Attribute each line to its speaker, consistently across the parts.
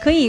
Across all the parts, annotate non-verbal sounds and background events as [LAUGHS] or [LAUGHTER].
Speaker 1: 可以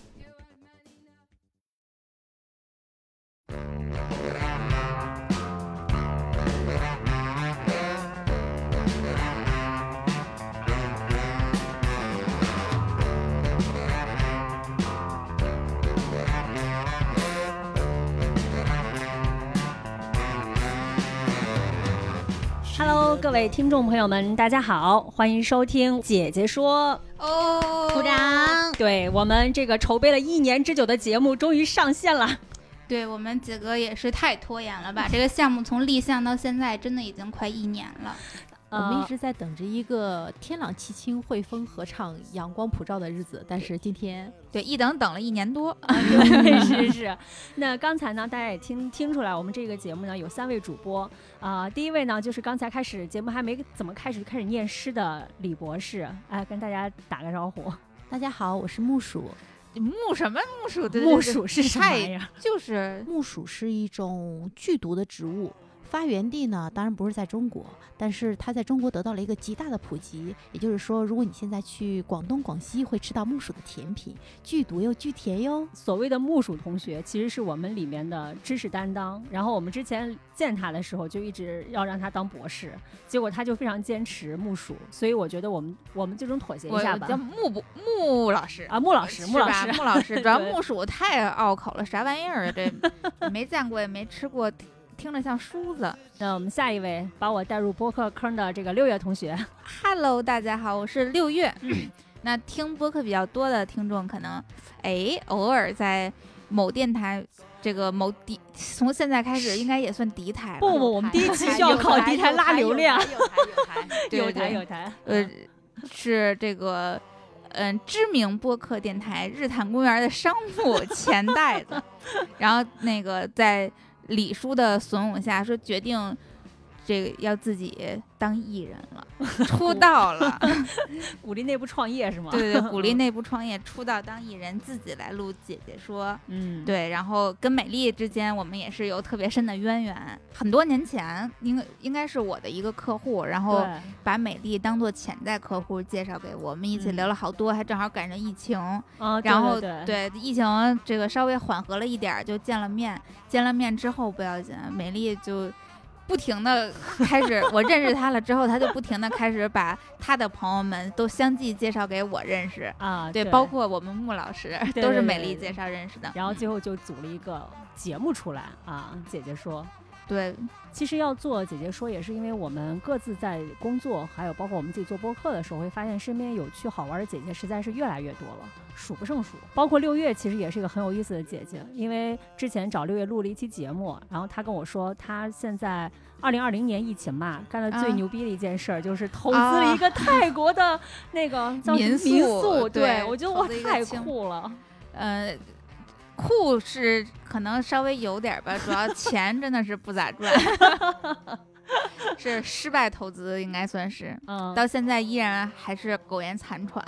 Speaker 1: Hello，各位听众朋友们，大家好，欢迎收听姐姐说。
Speaker 2: 哦，
Speaker 3: 鼓
Speaker 4: 嗯
Speaker 3: 掌！
Speaker 1: 对我们这个筹备了一年之久的节目终于上线了，
Speaker 2: 对我们几个也是太拖延了吧？这个项目从立项到现在，真的已经快一年了。
Speaker 5: 我们一
Speaker 1: 呃
Speaker 5: 直在等着一个天朗气清、惠风和畅、阳光普照的日子，但是今天
Speaker 4: 对，一等等了一年
Speaker 2: [LAUGHS]
Speaker 4: 多，
Speaker 1: [LAUGHS] 是是，那刚才呢，大家也听听出来，我们这个节目呢有三位主播啊、第一位呢就是刚才开始节目还没怎么开始就开始念诗的李博士，哎，跟大家打个招呼。
Speaker 5: 大家好，我是木鼠。
Speaker 4: 木什么木鼠？对
Speaker 1: 木鼠是什么
Speaker 4: 太
Speaker 1: 玩意儿？
Speaker 4: 就是
Speaker 5: 木鼠是一种剧毒的植物，发源地呢当然不是在中国，但是它在中国得到了一个极大的普及。也就是说，如果你现在去广东、广西，会吃到木鼠的甜品，剧毒又巨甜哟。
Speaker 1: 所谓的木薯同学，其实是我们里面的知识担当。然后我们之前见他的时候，就一直要让他当博士，结果他就非常坚持木薯，所以我觉得我们我们最终妥协一
Speaker 4: 我
Speaker 1: 下
Speaker 4: 叫
Speaker 1: 吧。
Speaker 4: 木不木老师，
Speaker 1: 啊，木老师，
Speaker 4: 是
Speaker 1: 木老
Speaker 4: 吧
Speaker 1: 师，
Speaker 4: 木老
Speaker 1: [LAUGHS]
Speaker 4: 师，主要
Speaker 1: 对
Speaker 4: 木鼠太拗口了，啥玩意儿
Speaker 1: [LAUGHS]
Speaker 4: 啊？这没见过也没吃过，听听着像梳子。
Speaker 1: 那我们下一位把我带入播客坑的这个六月同
Speaker 4: [LAUGHS]
Speaker 1: 学，
Speaker 4: Hello，大家好，我是六月。
Speaker 1: 嗯
Speaker 4: [CLEARS THROAT] 那听播客比较多的听众，可能哎偶尔在某电台这个某敌，从现在开始应该也算敌台了。
Speaker 1: 不不，我们第一期就要靠敌台拉流量，
Speaker 4: 对
Speaker 1: 有台
Speaker 4: 对
Speaker 1: 有台，
Speaker 4: 呃，是这个嗯、知名播客电台日坛公园的商
Speaker 1: [LAUGHS]
Speaker 4: 务前袋子，然后那个在李叔的怂恿下，说决定这个要自己当艺人了，
Speaker 1: [LAUGHS]
Speaker 4: 出道了，
Speaker 1: 鼓嗯励内部创业是吗？
Speaker 4: 对对，鼓励内部创业，出道当艺人，自己来录姐姐说。
Speaker 1: [LAUGHS] 嗯，
Speaker 4: 对，然后跟美丽之间，我们也是有特别深的渊源。很多年前，应该应该是我的一个客户，然后
Speaker 1: 对
Speaker 4: 把美丽当做潜在客户介绍给我们，一起聊了好多，还正好赶上疫情，
Speaker 1: 嗯啊，对
Speaker 4: 然后
Speaker 1: 对对
Speaker 4: 对疫情这个稍微缓和了一点儿，就见了面。见了面之后不要紧，美丽就不
Speaker 1: [LAUGHS]
Speaker 4: 停的开始，我认识她了之后，她就不停的开始把她的朋友们都相继介绍给我认识，
Speaker 1: 啊，
Speaker 4: 对，包。括我们穆老师
Speaker 1: 对
Speaker 4: 都是
Speaker 1: 对
Speaker 4: 美
Speaker 1: 对
Speaker 4: 丽
Speaker 1: 对
Speaker 4: 介绍认识的。
Speaker 1: 然后最后就组了一个节目出来啊，姐姐说，
Speaker 4: 对
Speaker 1: 其实要做姐姐说，也是因为我们各自在工作，还有包括我们自己做播客的时候，会发现身边有趣好玩的姐姐实在是越来越多了，数不胜数。包括六月，其实也是一个很有意思的姐姐，因为之前找六月录了一期节目，然后她跟我说，她现在二零二零年疫情嘛，干的最
Speaker 4: 啊
Speaker 1: 牛逼的一件事儿、就是投资了一个泰国的那个叫什么
Speaker 4: 民宿
Speaker 1: 民宿对
Speaker 4: 对
Speaker 1: 我觉得
Speaker 4: 投
Speaker 1: 哇
Speaker 4: 资一个
Speaker 1: 太
Speaker 4: 青
Speaker 1: 酷了，
Speaker 4: 呃，酷是可能稍微有点儿
Speaker 1: [LAUGHS]
Speaker 4: 吧，主要钱真的是不咋赚，是失败投资应该算是。
Speaker 1: 嗯，
Speaker 4: 到现在依然还是苟延残
Speaker 1: [LAUGHS]
Speaker 4: 喘，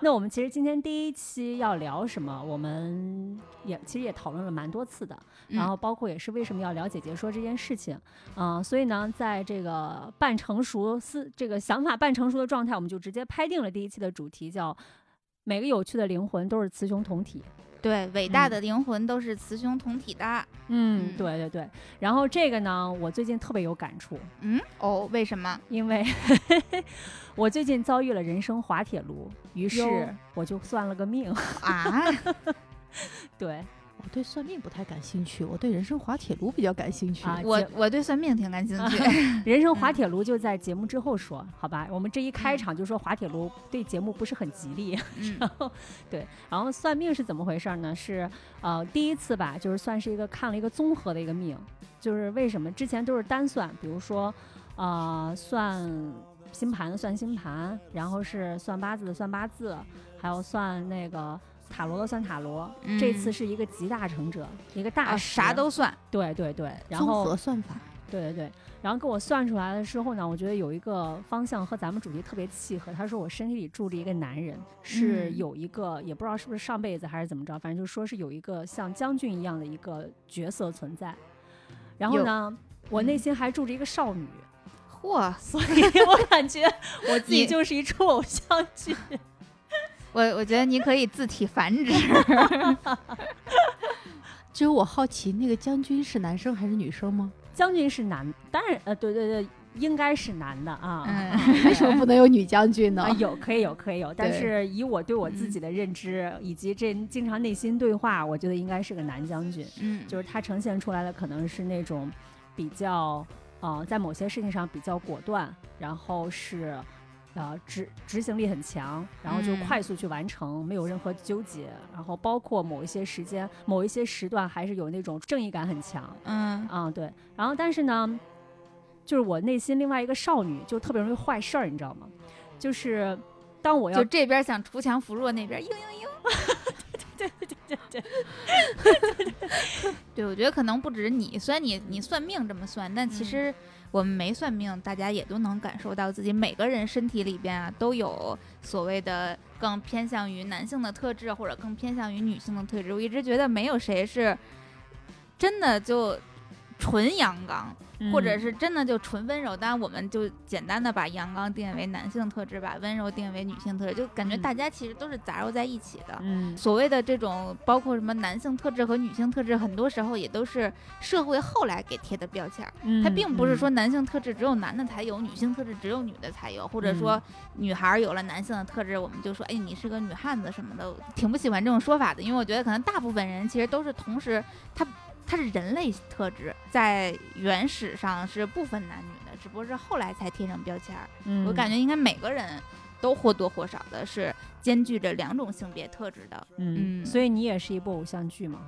Speaker 1: 那我们其实今天第一期要聊什么，我们也其实也讨论了蛮多次的，
Speaker 4: 嗯
Speaker 1: 然后包括也是为什么要聊姐姐说这件事情，嗯、所以呢，在这个半成熟思这个想法半成熟的状态，我们就直接拍定了第一期的主题，叫每个有趣的灵魂都是雌雄同体。
Speaker 4: 对，伟大的灵魂都是雌雄同体的。
Speaker 1: 嗯
Speaker 4: 嗯
Speaker 1: 对对对。然后这个呢，我最近特别有感触，
Speaker 4: 嗯，哦，为什么？
Speaker 1: 因为 [LAUGHS] 我最近遭遇了人生滑铁卢，于
Speaker 4: 哟
Speaker 1: 是我就算了个命。 [LAUGHS]
Speaker 4: 啊，
Speaker 1: 对
Speaker 5: 我对算命不太感兴趣，我对人生滑铁卢比较感兴趣。
Speaker 1: 啊，
Speaker 4: 我我对算命挺感兴趣。
Speaker 1: [LAUGHS] 人生
Speaker 4: 嗯
Speaker 1: 滑铁卢就在节目之后说，好吧？我们这一开场就说滑铁卢对节目不是很吉利。 [LAUGHS]
Speaker 4: 嗯，
Speaker 1: 对，然后算命是怎么回事儿呢？是呃第一次吧，就是算是一个看了一个综合的一个命，就是为什么之前都是单算，比如说呃算星盘的算星盘，然后是算八字的算八字，还有算那个塔罗的算塔罗。这次
Speaker 4: 嗯
Speaker 1: 是一个集大成者，一个大
Speaker 4: 啊，
Speaker 1: 师
Speaker 4: 啥都算。
Speaker 1: 对对对，然
Speaker 5: 综
Speaker 1: 后
Speaker 5: 合算法，
Speaker 1: 对对对，然后给我算出来了之后呢，我觉得有一个方向和咱们主题特别契合。他说我身体里住着一个男人，是
Speaker 4: 嗯
Speaker 1: 有一个、也不知道是不是上辈子还是怎么着，反正就说是有一个像将军一样的一个角色存在。然后
Speaker 4: 有嗯
Speaker 1: 呢，我内心还住着一个少
Speaker 4: [LAUGHS]
Speaker 1: 女，
Speaker 4: 嚯，
Speaker 1: 所以我感觉我自己
Speaker 4: 你
Speaker 1: 就是一出偶像剧。 [LAUGHS]
Speaker 4: 我我觉得你可以自体繁殖。
Speaker 5: 只有我好奇，那个将军是男生还是女生吗？
Speaker 1: 将军是男，当然呃，对对对，应该是男的啊。
Speaker 4: 嗯，
Speaker 1: [LAUGHS]
Speaker 5: 为什么不能有女将军呢 [LAUGHS]
Speaker 1: 啊，？有可以有可以有，但
Speaker 5: 对
Speaker 1: 是以我对我自
Speaker 4: 嗯
Speaker 1: 己的认知、以及这经常内心对话，我觉得应该是个男将军，
Speaker 4: 嗯，
Speaker 1: 就是他呈现出来的可能是那种比较呃，在某些事情上比较果断，然后是。呃，执执行力很强，然后就
Speaker 4: 嗯
Speaker 1: 快速去完成，没有任何纠结。然后包括某一些时间、某一些时段，还是有那种正义感很强。
Speaker 4: 嗯
Speaker 1: 啊、对。然后但是呢，就是我内心另外一个少女就特别容易坏事儿，你知道吗？就是当我要
Speaker 4: 就这边想锄强扶弱，那边嘤嘤
Speaker 1: [LAUGHS]
Speaker 4: 嘤。 [LAUGHS] 对，我觉得可能不止你，虽然你你算命这么算，但其
Speaker 1: 嗯
Speaker 4: 实我们没算命，大家也都能感受到自己每个人身体里边啊都有所谓的更偏向于男性的特质，或者更偏向于女性的特质。我一直觉得没有谁是真的就纯阳刚，
Speaker 1: 嗯
Speaker 4: 或者是真的就纯温柔，当然我们就简单的把阳刚定义为男性特质，把温柔定义为女性特质，就感觉
Speaker 1: 嗯
Speaker 4: 大家其实都是杂糅在一起的。
Speaker 1: 嗯
Speaker 4: 所谓的这种包括什么男性特质和女性特质，很多时候也都是社会后来给贴的标签儿。
Speaker 1: 嗯，
Speaker 4: 它并不是说男性特质只有男的才有，女性特质只有女的才有，或者说
Speaker 1: 嗯
Speaker 4: 女孩儿有了男性的特质，我们就说哎你是个女汉子什么的，我挺不喜欢这种说法的，因为我觉得可能大部分人其实都是同时，他他是人类特质，在原始上是不分男女的，只不过是后来才贴上标签儿。
Speaker 1: 嗯，
Speaker 4: 我感
Speaker 1: 觉
Speaker 4: 觉应该每个人都或多或少的是兼具着两种性别特质的。
Speaker 1: 嗯，
Speaker 4: 嗯
Speaker 1: 所以你也是一部偶像剧嘛？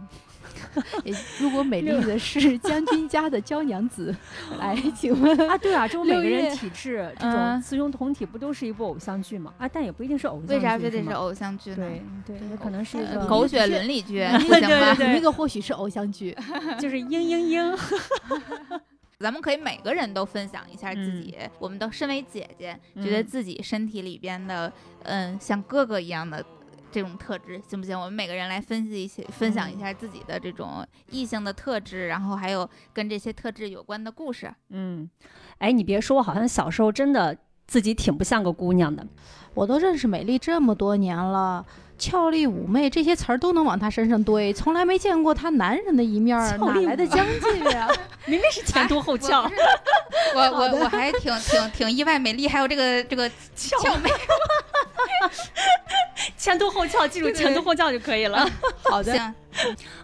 Speaker 5: 诶如果美丽的是将军家的娇娘子，来，请问
Speaker 1: 啊，对啊，这种每
Speaker 5: 六
Speaker 1: 个
Speaker 5: 月
Speaker 1: 人体质这种
Speaker 4: 嗯
Speaker 1: 雌雄同体不都是一部偶像剧嘛？啊，但也不一定是偶像剧，
Speaker 4: 为啥非得是
Speaker 1: 吗？
Speaker 4: 偶像剧呢？
Speaker 1: 对对，
Speaker 4: 对
Speaker 1: 也可能是一
Speaker 4: 呃
Speaker 1: 个
Speaker 4: 狗血伦理剧
Speaker 5: [LAUGHS] 你
Speaker 4: 不
Speaker 5: 那
Speaker 4: 行
Speaker 1: 对
Speaker 4: 吗
Speaker 1: 对？
Speaker 5: 个你那个或许是偶像剧，
Speaker 1: 就是嘤嘤
Speaker 4: [LAUGHS]
Speaker 1: 嘤，
Speaker 4: 咱们可以每个人都分享一下自
Speaker 1: 嗯
Speaker 4: 己，我们都身为姐姐，觉得自己身体里边的，嗯，像哥哥一样的这种特质，行不行？我们每个人来分析一些，分享一下自己的这种异性的特质，然后还有跟这些特质有关的故事。
Speaker 1: 嗯，哎，你别说，我好像小时候真的自己挺不像个姑娘的。
Speaker 5: 我都认识美丽这么多年了，俏丽妩媚这些词儿都能往她身上堆，从来没见过她男人的一面儿，
Speaker 1: 俏
Speaker 5: 哪
Speaker 1: 丽
Speaker 5: 来的
Speaker 1: 妩
Speaker 5: 将军 [LAUGHS] 呀？
Speaker 1: 明明是前凸后
Speaker 4: 我
Speaker 1: 翘
Speaker 4: 不，是我我我还挺挺挺意外，美丽还有这个这个俏妹，
Speaker 1: 前凸后翘，记住
Speaker 4: 对对
Speaker 1: 前凸后翘就可以了。 [LAUGHS]
Speaker 5: 好的，
Speaker 4: 行，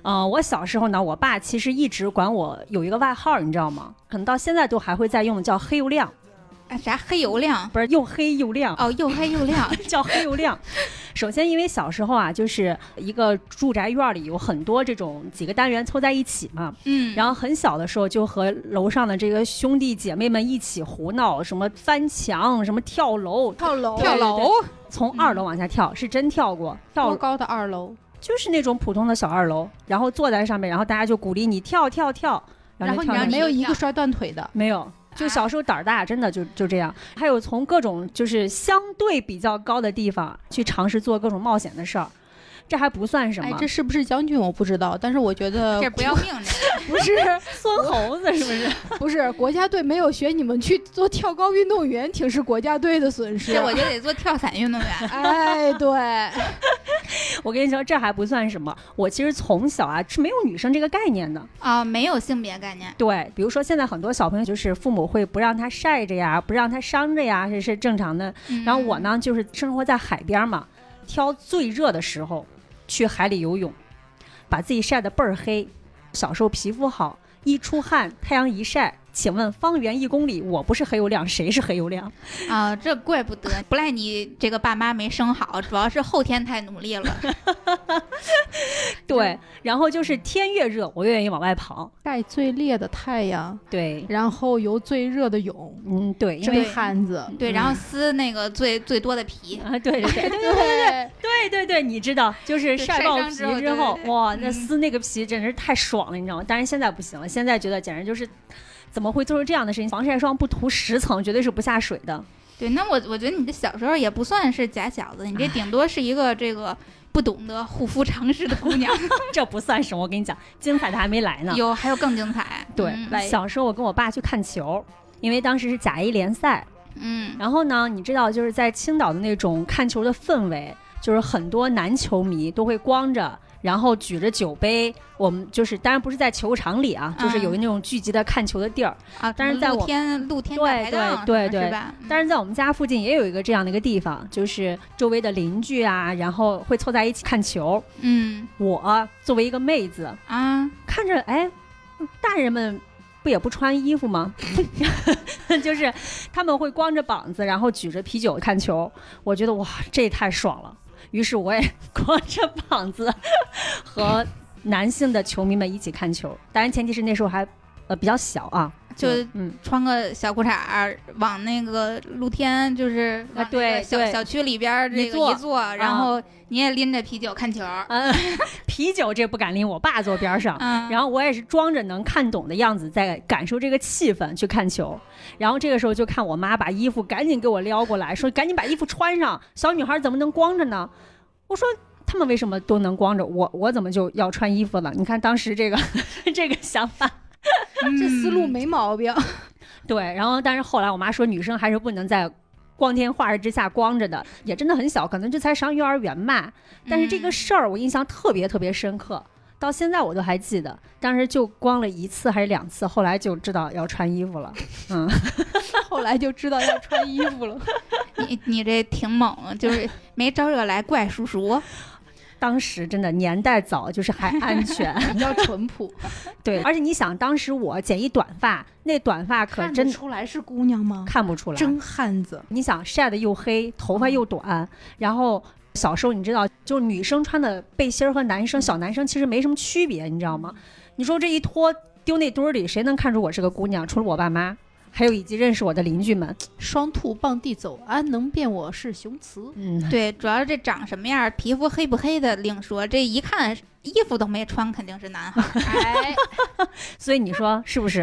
Speaker 1: 嗯，我小时候呢，我爸其实一直管我有一个外号，你知道吗？可能到现在都还会在用，叫黑油亮，
Speaker 4: 啊啥黑油亮
Speaker 1: 不是又黑又亮，
Speaker 4: 哦，又黑又亮，
Speaker 1: 叫黑油
Speaker 4: [LAUGHS]
Speaker 1: 亮。首先，因为小时候啊，就是一个住宅院儿里有很多这种几个单元凑在一起嘛，
Speaker 4: 嗯，
Speaker 1: 然
Speaker 4: 后
Speaker 1: 后很小的时候就和楼上的这个兄弟姐妹们一起胡闹，什么翻墙，什么跳楼，
Speaker 5: 跳楼，
Speaker 4: 跳楼，哦
Speaker 1: 从二楼往下跳，是真跳过，
Speaker 5: 高
Speaker 1: 跳
Speaker 5: 高的二楼，
Speaker 1: 就是那种普通的小二楼，然后坐在上面，然后大家就鼓励你跳跳跳，
Speaker 5: 然后
Speaker 1: 就
Speaker 5: 你
Speaker 1: 跳
Speaker 4: 让
Speaker 1: 上
Speaker 4: 你
Speaker 1: 去
Speaker 5: 没有一个摔断腿的，
Speaker 1: 没有。就小时候胆儿大，真的就就这样。还有从各种就是相对比较高的地方去尝试做各种冒险的事儿，这还不算什
Speaker 5: 哎
Speaker 1: 么，。
Speaker 5: 这是不是将军我不知道，但是我觉得
Speaker 4: 这不要命这个。
Speaker 1: [LAUGHS] 不是孙猴子是不是？
Speaker 5: 不是国家队没有选你们去做跳高运动员，挺是国家队的损失
Speaker 4: 这。我就得做跳伞运动员。
Speaker 5: 哎， [LAUGHS] 对，
Speaker 1: 我跟你说，这还不算什么。我其实从小啊是没有女生这个概念的。
Speaker 4: 啊、
Speaker 2: 哦
Speaker 4: 没有性别概念。
Speaker 1: 对，比如说现在很多小朋友就是父母会不让他晒着呀，不让他伤着呀，这是正常的。然后我
Speaker 4: 嗯，
Speaker 1: 呢，就是生活在海边嘛，挑最热的时候去海里游泳，把自己晒得倍儿黑。小时候皮肤好，一出汗，太阳一晒，请问方圆一公里，我不是黑油亮，谁是黑油亮？
Speaker 2: [LAUGHS]
Speaker 4: 啊、这怪不得，不赖你这个爸妈没生好，主要是后天太努力了。
Speaker 1: 对，然后就是天越热，我越愿意往外跑。
Speaker 6: 晒最烈的太阳，
Speaker 1: 对，
Speaker 6: 然后游最热的泳，
Speaker 1: 嗯，对，因为
Speaker 6: 真汉子。
Speaker 2: 对，
Speaker 1: 嗯
Speaker 2: 然后撕那个最最多的皮，
Speaker 1: 啊， [LAUGHS] 对对对对
Speaker 3: 对，
Speaker 1: 对对对，你知道，就是
Speaker 2: 对
Speaker 1: 晒
Speaker 2: 晒
Speaker 1: 爆
Speaker 2: 伤
Speaker 1: 皮
Speaker 2: 之后
Speaker 1: 之
Speaker 2: 对
Speaker 1: 后，
Speaker 2: 对对
Speaker 1: 哇，那
Speaker 2: 嗯
Speaker 1: 撕那个皮简直太爽了，你知道吗？但是现在不行了，现在觉得简直就是。怎么会做出这样的事情？防晒霜不涂十层，绝对是不下水的。 [LAUGHS]
Speaker 2: 对，那我我觉得你这小时候也不算是假小子，你这顶多是一个这个不懂得护肤常识的姑
Speaker 1: [LAUGHS]
Speaker 2: 娘。
Speaker 1: 这不算什么，我跟你讲，精彩的还没来呢。
Speaker 2: 有嗯还有更精彩，
Speaker 1: 对，小时候我跟我爸去看球，因为当时是甲 A 联赛。
Speaker 2: 嗯，
Speaker 1: 然后呢，你知道，就是在青岛的那种看球的氛围，就是很多男球迷都会光着，然后举着酒杯。我们就是，当然不是在球场里啊，就是有
Speaker 2: 嗯
Speaker 1: 那种聚集的看球的地儿。
Speaker 2: 啊，
Speaker 1: 但是
Speaker 2: 什么
Speaker 1: 在
Speaker 2: 露
Speaker 1: 我
Speaker 2: 天露天大
Speaker 1: 对对
Speaker 2: 排档
Speaker 1: 对
Speaker 2: 什么
Speaker 1: 对
Speaker 2: 是吧？嗯
Speaker 1: 但是在我们家附近也有一个这样的一个地方，就是周围的邻居啊，然后会凑在一起看球。
Speaker 2: 嗯
Speaker 1: 我作为一个妹子，
Speaker 2: 啊，
Speaker 1: 看着哎，大人们不也不穿衣服吗？ [LAUGHS] 就是他们会光着膀子，然后举着啤酒看球。我觉得哇，这也太爽了。于是我也光着膀子和男性的球迷们一起看球，当然前提是那时候还呃比较小啊，
Speaker 2: 就
Speaker 1: 嗯。
Speaker 2: 穿个小裤衩儿往那个露天就是往那个
Speaker 1: 啊对
Speaker 2: 小
Speaker 1: 对
Speaker 2: 小区里边儿这
Speaker 1: 一
Speaker 2: 个
Speaker 1: 坐嗯
Speaker 2: 一坐，然后你也拎着啤酒看球儿，
Speaker 1: 呃， [LAUGHS] 啤酒这不敢拎，我爸坐边上。
Speaker 2: 嗯，
Speaker 1: 然后我也是装着能看懂的样子，在感受这个气氛去看球。然后这个时候就看我妈把衣服赶紧给我撩过来，说：“赶紧把衣服穿上，小女孩怎么能光着呢？”我说：“他们为什么都能光着，我我怎么就要穿衣服了？”你看当时这个 [LAUGHS] 这个想法，
Speaker 6: 这思路
Speaker 2: 嗯
Speaker 6: 没毛病， [LAUGHS]
Speaker 1: 对。然后但是后来我妈说，女生还是不能在。光天化日之下光着的，也真的很小，可能就才上幼儿园吧。但是这个
Speaker 2: 嗯
Speaker 1: 事儿我印象特别特别深刻，到现在我都还记得。当时就光了一次还是两次，后来就知道要穿衣服了。嗯，
Speaker 6: 后来就知道要穿衣服了。
Speaker 2: 你你这挺猛，
Speaker 1: [LAUGHS]
Speaker 2: 啊就是没招惹来怪叔叔。
Speaker 1: 当时真的年代早，就是还安全。
Speaker 6: 比较淳朴， [LAUGHS]
Speaker 1: 对，而且你想，当时我剪一短发，那短发可
Speaker 6: 看得
Speaker 1: 真
Speaker 6: 出来是姑娘吗？
Speaker 1: 看不出来。
Speaker 6: 真汉子，
Speaker 1: 你想晒得又黑，头发又短，然后。小时候你知道，就是女生穿的背心儿和男生小男生其实没什么区别，你知道吗？你说这一脱丢那堆儿里，谁能看出我是个姑娘？除了我爸妈，还有以及认识我的邻居们。
Speaker 5: 双兔傍地走，安能辨我是雄雌？
Speaker 1: [LAUGHS] 嗯，
Speaker 2: 对，主要是这长什么样儿，皮肤黑不黑的另说，这一看衣服都没穿，肯定是男
Speaker 1: [LAUGHS]
Speaker 2: 孩儿。
Speaker 3: 哎，
Speaker 1: 所以你
Speaker 2: [LAUGHS]
Speaker 1: 说是不是？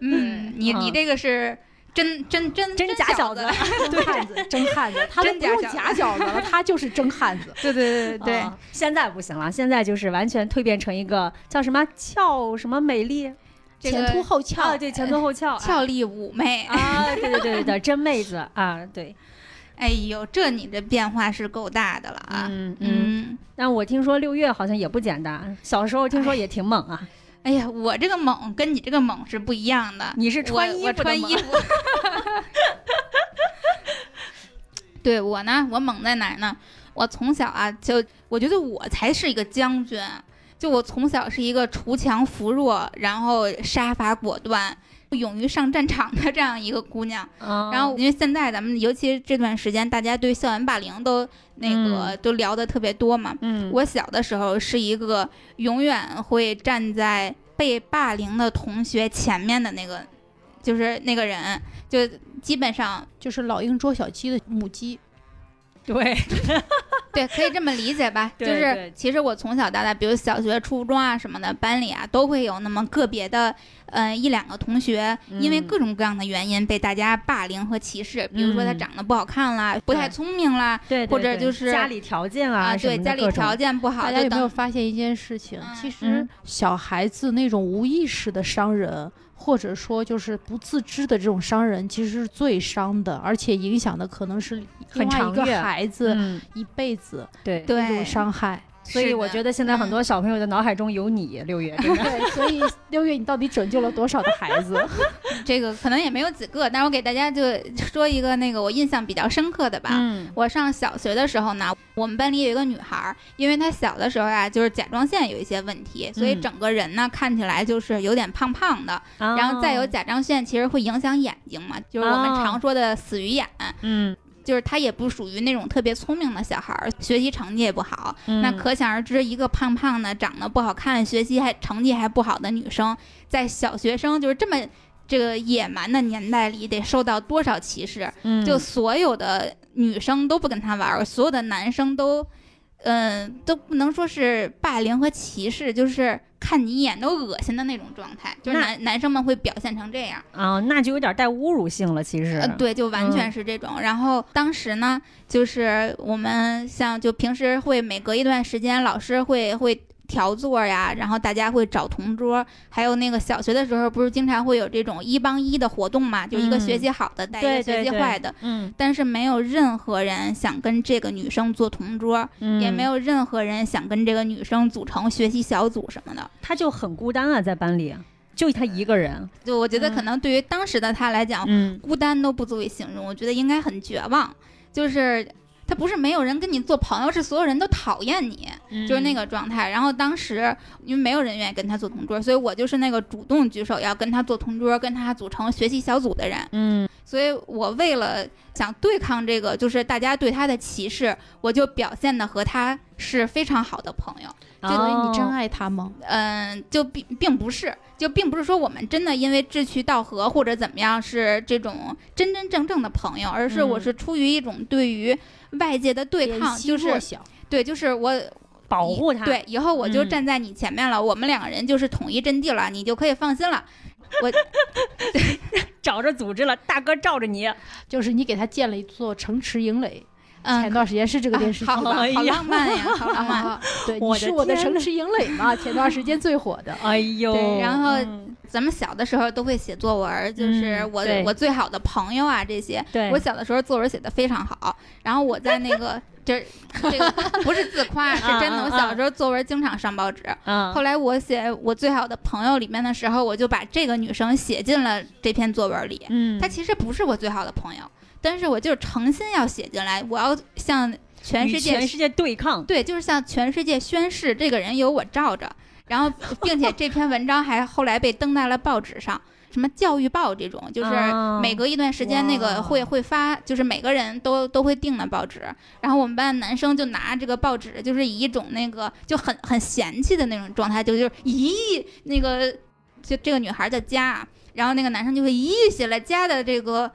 Speaker 2: 嗯，你你
Speaker 1: 嗯
Speaker 2: 这个是真真真
Speaker 1: 真假小
Speaker 2: 小
Speaker 1: 子，啊
Speaker 6: 真汉子，真汉子，他都
Speaker 2: 真
Speaker 6: 不
Speaker 2: 假
Speaker 6: 用
Speaker 2: 小子
Speaker 6: 假小子了，他就是真汉子。
Speaker 2: 对对对对对
Speaker 1: 啊，现在不行了，现在就是完全蜕变成一个叫什么俏什么美丽
Speaker 2: 这
Speaker 5: 前凸
Speaker 2: 个
Speaker 5: 后翘，
Speaker 1: 啊，对，前凸后翘，
Speaker 2: [LAUGHS] 俏丽妩媚。
Speaker 1: 啊，对对对对对，真妹子啊，对，
Speaker 2: 哎呦，这你的变化是够大的了啊！
Speaker 1: 嗯嗯。
Speaker 2: 嗯，
Speaker 1: 但我听说六月好像也不简单，小时候听说也挺猛啊。
Speaker 2: 哎呀，我这个猛跟你这个猛是不一样的。
Speaker 1: 你是穿
Speaker 2: 我
Speaker 1: 衣服
Speaker 2: 我
Speaker 1: 的
Speaker 2: 穿
Speaker 1: 吗
Speaker 2: 衣服。对我呢，我猛在哪儿呢？我从小啊，就我觉得我才是一个将军，就我从小是一个锄强扶弱，然后杀伐果断。勇于上战场的这样一个姑娘，
Speaker 1: 啊
Speaker 2: 然后因为现在咱们尤其这段时间，大家对校园霸凌都那个、都聊得特别多嘛，
Speaker 1: 嗯，
Speaker 2: 我小的时候是一个永远会站在被霸凌的同学前面的那个，就是那个人，就基本上
Speaker 5: 就是老鹰捉小鸡的母鸡，
Speaker 1: 对， [LAUGHS]
Speaker 2: 对，可以这么理解吧？就
Speaker 1: 对
Speaker 2: 是
Speaker 1: 对
Speaker 2: 其实我从小到大，比如小学、初中啊什么的，班里啊都会有那么个别的，呃，一两个同学因为
Speaker 1: 嗯
Speaker 2: 各种各样的原因被大家霸凌和歧视，比如说他
Speaker 1: 嗯
Speaker 2: 长得不好看啦，不太
Speaker 1: 对
Speaker 2: 聪明啦，
Speaker 1: 对，对
Speaker 2: 或者
Speaker 1: 对
Speaker 2: 就是
Speaker 1: 家里条件啊什么
Speaker 2: 对，
Speaker 1: 的
Speaker 2: 家里
Speaker 1: 各种
Speaker 2: 条件不好，
Speaker 5: 大
Speaker 2: 就
Speaker 5: 家有没
Speaker 2: 等
Speaker 5: 有发现一件事情？其实
Speaker 1: 嗯
Speaker 5: 小孩子那种无意识的伤人，或者说就是不自知的这种伤人，其实是最伤的，而且影响的可能是另
Speaker 1: 很
Speaker 5: 外一
Speaker 1: 长
Speaker 5: 个
Speaker 1: 远
Speaker 5: 孩子
Speaker 1: 嗯，
Speaker 5: 一辈子
Speaker 1: 对。
Speaker 5: 这种
Speaker 2: 对，
Speaker 5: 伤害。
Speaker 1: 所以我觉
Speaker 2: 得
Speaker 1: 得现在很多小朋友的脑海中有你，六月真的
Speaker 5: 对，所 [LAUGHS] 以六月，你到底拯救了多少的孩 [LAUGHS] 子？
Speaker 2: 这个可能也没有几个，但是我给大家就说一个那个我印象比较深刻的吧。
Speaker 1: 嗯
Speaker 2: 我上小学的时候呢，我们班里有一个女孩儿，因为她小的时候啊，就是甲状腺有一些问题，所以
Speaker 1: 嗯
Speaker 2: 整个人呢看起来就是有点胖胖的。然后再有
Speaker 1: 哦
Speaker 2: 甲状腺，其实会影响眼睛嘛，就是我们
Speaker 1: 哦
Speaker 2: 常说的死鱼眼。
Speaker 1: 嗯
Speaker 2: 就是他也不属于那种特别聪明的小孩儿，学习成绩也不好。
Speaker 1: 嗯
Speaker 2: 那可想而知，一个胖胖的、长得不好看、学习还成绩还不好的女生，在小学生就是这么这个野蛮的年代里，得受到多少歧视？
Speaker 1: 嗯
Speaker 2: 就所有的女生都不跟他玩儿，所有的男生都，嗯、都不能说是霸凌和歧视，就是看你一眼都恶心的那种状态，就是
Speaker 1: 那
Speaker 2: 男男生们会表现成这样，
Speaker 1: 啊，那就有点带侮辱性了，其实
Speaker 2: 呃，，对，
Speaker 1: 嗯
Speaker 2: 就完全是这种。然后当时呢，就是我们像就平时会每隔一段时间，老师会会。调座呀，然后大家会找同桌，还有那个小学的时候，不是经常会有这种一帮一的活动嘛？就一个
Speaker 1: 嗯
Speaker 2: 学习好的带一
Speaker 1: 对对
Speaker 2: 个学习
Speaker 1: 对
Speaker 2: 坏的，
Speaker 1: 嗯，
Speaker 2: 但是没有任何人想跟这个女生做同桌，
Speaker 1: 嗯
Speaker 2: 也没，有任何人想跟这个女生组成学习小组什么的。
Speaker 1: 他就很孤单啊，在班里就他一个人，
Speaker 2: 就我觉得，
Speaker 1: 嗯
Speaker 2: 可能对于当时的她来讲，
Speaker 1: 嗯
Speaker 2: 孤单都不足以形容。我觉得应该很绝望，就是她不是没有人跟你做朋友，是所有人都讨厌你，
Speaker 1: 嗯
Speaker 2: 就是那个状态。然后当时因为没有人愿意跟她做同桌，所以我就是那个主动举手要跟她做同桌，跟她组成学习小组的人。
Speaker 1: 嗯
Speaker 2: 所以我为了想对抗这个，就是大家对他的歧视，我就表现的和他是非常好的朋友。
Speaker 1: 嗯，
Speaker 6: 所以你真
Speaker 1: 哦
Speaker 6: 爱他吗？
Speaker 2: 嗯，就并并不是，就并不是说我们真的因为志趣道合或者怎么样是这种真真正正的朋友，而是
Speaker 1: 嗯
Speaker 2: 我是出于一种对于外界的对抗，就
Speaker 6: 弱
Speaker 2: 是
Speaker 6: 小，
Speaker 2: 对，就是我
Speaker 1: 保护他，，
Speaker 2: 对，以后我就
Speaker 1: 嗯
Speaker 2: 站在你前面了，我们两个人就是统一阵地了，你就可以放心了。
Speaker 1: 找着组织了，大哥罩着你，
Speaker 6: 就是你给他建了一座城池营垒。前
Speaker 2: 嗯，
Speaker 6: 段时间是这个
Speaker 2: 啊
Speaker 6: 电视剧
Speaker 2: 好
Speaker 6: 吧？
Speaker 2: 好
Speaker 1: 哎呀
Speaker 2: 浪漫呀，好浪漫。
Speaker 6: 啊，对，
Speaker 1: 我
Speaker 6: 你
Speaker 1: 的
Speaker 6: 是我的
Speaker 1: 天
Speaker 6: 城
Speaker 1: 呐
Speaker 6: 池营垒嘛？前段时间最火的，
Speaker 1: 哎呦，
Speaker 2: 对然后
Speaker 1: 嗯
Speaker 2: 咱们小的时候都会写作文儿，就是
Speaker 1: 嗯
Speaker 2: 我、
Speaker 1: 对
Speaker 2: 我最好的朋友啊这些。
Speaker 1: 对，
Speaker 2: 我小的时候作文写的非常好，然后我在那
Speaker 1: [LAUGHS]
Speaker 2: 个这这个不是自夸，是真
Speaker 1: 啊
Speaker 2: 的。
Speaker 1: 啊
Speaker 2: 我小时候作文经常上报纸。
Speaker 1: 嗯
Speaker 2: 后来我写我最好的朋友里面的时候，我就把这个女生写进了这篇作文里。
Speaker 1: 嗯，
Speaker 2: 她其实不是我最好的朋友，但是我就是诚心要写进来，我要向全
Speaker 1: 与
Speaker 2: 世界
Speaker 1: 全世界对抗，
Speaker 2: 对，就是向全世界宣誓，这个人有我罩着。然后，并且这篇文章还后来被登在了报纸上，什么《教育报》这种，就是
Speaker 1: 哦
Speaker 2: 每隔一段时间那个会会发，就是每个人都都会订的报纸。然后我们班男生就拿这个报纸，就是以一种那个就很很嫌弃的那种状态，就就是咦，那个就这个女孩叫佳，啊然后那个男生就会咦，写了佳的这个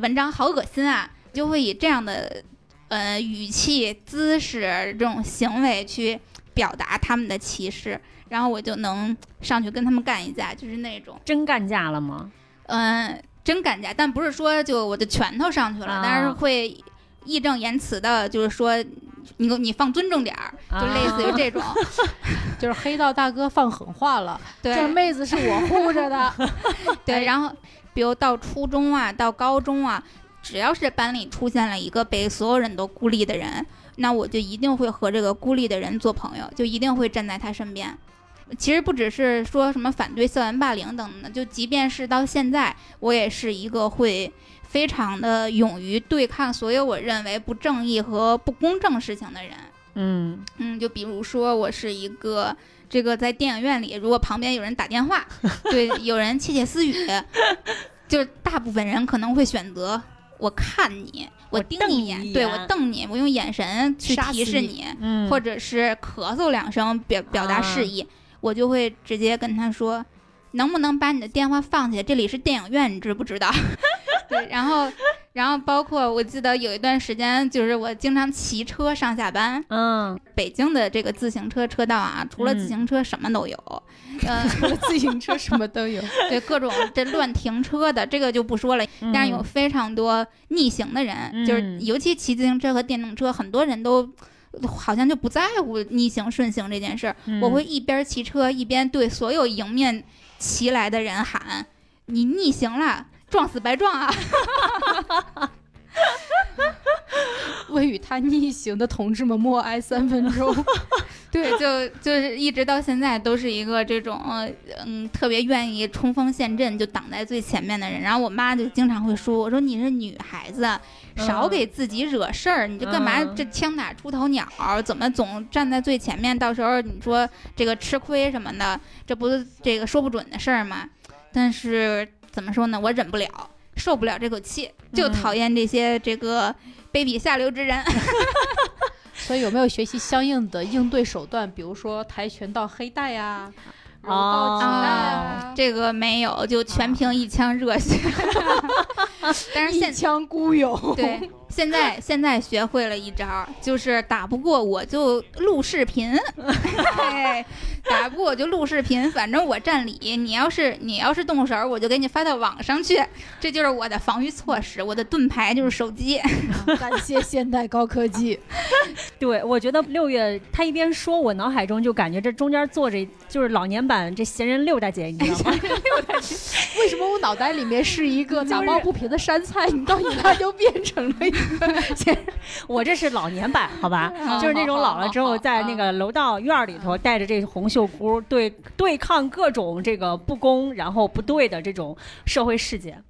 Speaker 2: 文章好恶心啊，就会以这样的呃语气、姿势这种行为去表达他们的歧视，然后我就能上去跟他们干一架，就是那种
Speaker 1: 真干架了吗？
Speaker 2: 嗯、呃真干架，但不是说就我的拳头上去了，
Speaker 1: 啊
Speaker 2: 但是会义正言辞的，就是说你给我你放尊重点儿，
Speaker 1: 啊
Speaker 2: 就类似于这种，
Speaker 6: 就是黑道大哥放狠话 [LAUGHS] 了，
Speaker 5: [LAUGHS]
Speaker 6: 这
Speaker 2: 对
Speaker 6: 妹子是我护着 [LAUGHS] 的，
Speaker 2: 对，哎然后比如到初中啊，到高中啊，只要是班里出现了一个被所有人都孤立的人，那我就一定会和这个孤立的人做朋友，就一定会站在他身边。其实不只是说什么反对校园霸凌等等的，就即便是到现在，我也是一个会非常的勇于对抗所有我认为不正义和不公正事情的人。
Speaker 1: [LAUGHS] 嗯，
Speaker 2: 嗯，就比如说我是一个这个在电影院里，如果旁边有人打
Speaker 1: [LAUGHS]
Speaker 2: 电话，对，有人窃窃私语，就是大部分人可能会选择我看你，
Speaker 1: 我
Speaker 2: 盯
Speaker 1: 瞪
Speaker 2: 你
Speaker 1: 你
Speaker 2: 眼，
Speaker 1: 一
Speaker 2: 对
Speaker 1: 眼
Speaker 2: 我瞪你，我用眼神去
Speaker 6: 杀
Speaker 2: 提
Speaker 6: 死
Speaker 2: 示
Speaker 6: 你
Speaker 2: 你，
Speaker 1: 嗯
Speaker 2: 或者是咳嗽两声表表达
Speaker 1: 啊
Speaker 2: 示意，我就会直接跟他说，能不能把你的电话放下？这里是电影院，你知不知道？ [LAUGHS] 对，然后。然后包括我记得有一段时间，就是我经常骑车上下班，
Speaker 1: 嗯，
Speaker 2: 北京的这个自行车车道啊，除了自行车什么都有，
Speaker 1: [LAUGHS]
Speaker 2: 嗯、
Speaker 6: 自行车什么 [LAUGHS] 都有，
Speaker 2: 对各种这乱停车的这个就不说了，但是有非常多逆行的人，
Speaker 1: 嗯
Speaker 2: 就是尤其骑自行车和电动车，很多人都好像就不在乎逆行顺行这件事儿。
Speaker 1: 嗯
Speaker 2: 我会一边骑车一边对所有迎面骑来的人喊：“你逆行了，撞死白撞啊！”
Speaker 6: 为与他逆行的同志们默哀三分钟。
Speaker 2: 对，就就是一直到现在都是一个这种呃嗯特别愿意冲锋陷阵，就挡在最前面的人。然后我妈就经常会说：“我说你是女孩子，少
Speaker 1: 嗯
Speaker 2: 给自己惹事儿，你这干嘛
Speaker 1: 嗯
Speaker 2: 这枪打出头鸟？怎么总站在最前面？到时候你说这个吃亏什么的，这不是这个说不准的事儿吗？”但是怎么说呢，我忍不了，受不了这口气，就
Speaker 1: 嗯
Speaker 2: 讨厌这些这个。卑鄙下流之人。
Speaker 6: [LAUGHS] 所以有没有学习相应的应对手段，比如说跆拳道黑带呀、柔道几带啊呀、
Speaker 2: 这个没有，就全
Speaker 6: 啊
Speaker 2: 凭一腔热血。 [LAUGHS] 但是
Speaker 6: 一
Speaker 2: 现
Speaker 6: 腔孤 [LAUGHS] 勇？
Speaker 2: 对现在现在学会了一招儿，就是打不过我就录视频， [LAUGHS] 哎，打不过我就录视频，反正我占理。你要是你要是动手儿，我就给你发到网上去。这就是我的防御措施，我的盾牌就是手机。
Speaker 6: 感谢现代高科技，
Speaker 1: 对，我觉得六月他一边说，我脑海中就感觉这中间坐着就是老年版这闲人六大姐，你知道吗？
Speaker 6: [LAUGHS] 为什么我脑袋里面是一个打抱不平的山菜，你 [LAUGHS] 到你那就变成了一个
Speaker 1: [LAUGHS] 我这是老年版，好吧？
Speaker 2: 嗯
Speaker 1: 就是那种老了之后，在
Speaker 6: 好
Speaker 1: 那个楼道院儿里头，带着这红袖箍对对抗各种这个不公，然后不对的这种社会事件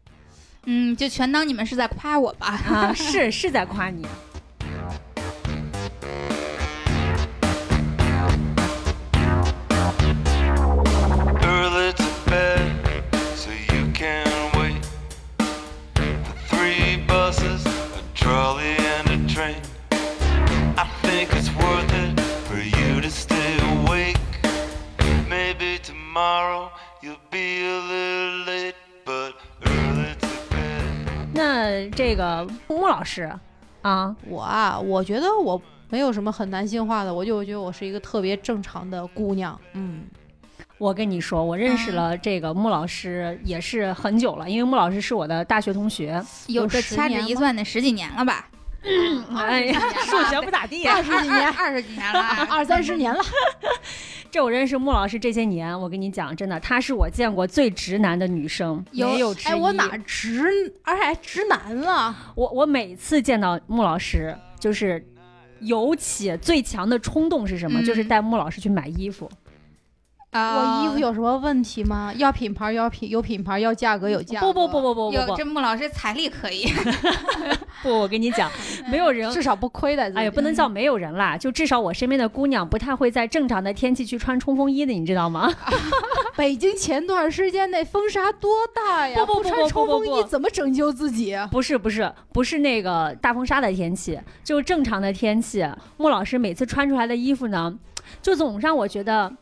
Speaker 2: 嗯，就全当你们是在夸我吧。
Speaker 1: 啊，是是在夸你。
Speaker 7: early to bed so you can wait for three buses, a trolley, and a train. I think it's worth it for you to stay awake. Maybe tomorrow you'll be a little late, but early to bed.
Speaker 1: 那这个木木老师啊，
Speaker 6: 我啊，我觉得我没有什么很男性化的，我就觉得我是一个特别正常的姑娘。
Speaker 5: 嗯，
Speaker 1: 我跟你说，我认识
Speaker 2: 嗯
Speaker 1: 了这个穆老师也是很久了，因为穆老师是我的大学同学，
Speaker 2: 有这
Speaker 6: 十
Speaker 2: 掐指
Speaker 6: 年
Speaker 2: 一算得十几年了吧？
Speaker 1: 哎呀，数学不咋地。
Speaker 2: 二
Speaker 6: 十几年
Speaker 2: 二二二十几年了啊。
Speaker 6: 哎二三十年 [LAUGHS] 了，
Speaker 1: 这我认识穆老师这些年，我跟你讲，真的，她是我见过最直男的女生，
Speaker 2: 有
Speaker 1: 没有之一。啊
Speaker 6: 哎，我哪直，而且还直男了？
Speaker 1: 我我每次见到穆老师，就是尤其最强的冲动是什么？
Speaker 2: 嗯
Speaker 1: 就是带穆老师去买衣服。
Speaker 2: 啊
Speaker 6: 我衣服有什么问题吗？要品牌，要品有品牌，要价格有价
Speaker 1: 不
Speaker 6: 格。
Speaker 1: 不不，不不不
Speaker 2: 有
Speaker 1: 不
Speaker 2: 这穆老师财力可以，
Speaker 1: 不，我跟你
Speaker 2: [LAUGHS]
Speaker 1: 讲，没有人
Speaker 6: 至少不亏待自己。
Speaker 1: 哎呀，不
Speaker 2: 嗯
Speaker 1: 能叫没有人啦，就至少我身边的姑娘不太会在正常的天气去穿冲锋衣的，你知道吗？
Speaker 6: 北京前段时间那风沙多大呀！
Speaker 1: 不不不
Speaker 6: 穿
Speaker 1: 不
Speaker 6: 冲
Speaker 1: 不
Speaker 6: 锋
Speaker 1: 不
Speaker 6: 衣怎么拯救自己？
Speaker 2: 啊
Speaker 1: [LAUGHS]
Speaker 6: 啊
Speaker 1: 不是不是不是那个大风沙的天气，就正常的天气。穆老师每次穿出来的衣服呢，就总让我觉得，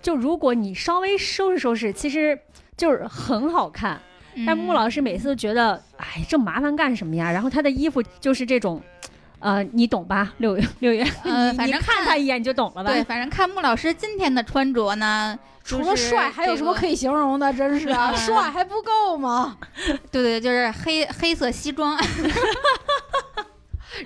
Speaker 1: 就如果你稍微收拾收拾，其实就是很好看。但
Speaker 2: 嗯
Speaker 1: 穆老师每次都觉得，哎，这麻烦干什么呀？然后他的衣服就是这种，呃，你懂吧？六月六月，
Speaker 2: 呃
Speaker 1: 你
Speaker 2: 反
Speaker 1: 你
Speaker 2: 正
Speaker 1: 看
Speaker 2: 看
Speaker 1: 他一眼你就懂了吧？
Speaker 2: 对，反正看穆老师今天的穿着呢，
Speaker 6: 除了帅，还有什么可
Speaker 2: 以？
Speaker 6: 以形容的？真是
Speaker 1: [LAUGHS]
Speaker 6: 啊，
Speaker 2: 嗯
Speaker 6: 帅还不够吗？
Speaker 2: 对对，就是黑黑色西装，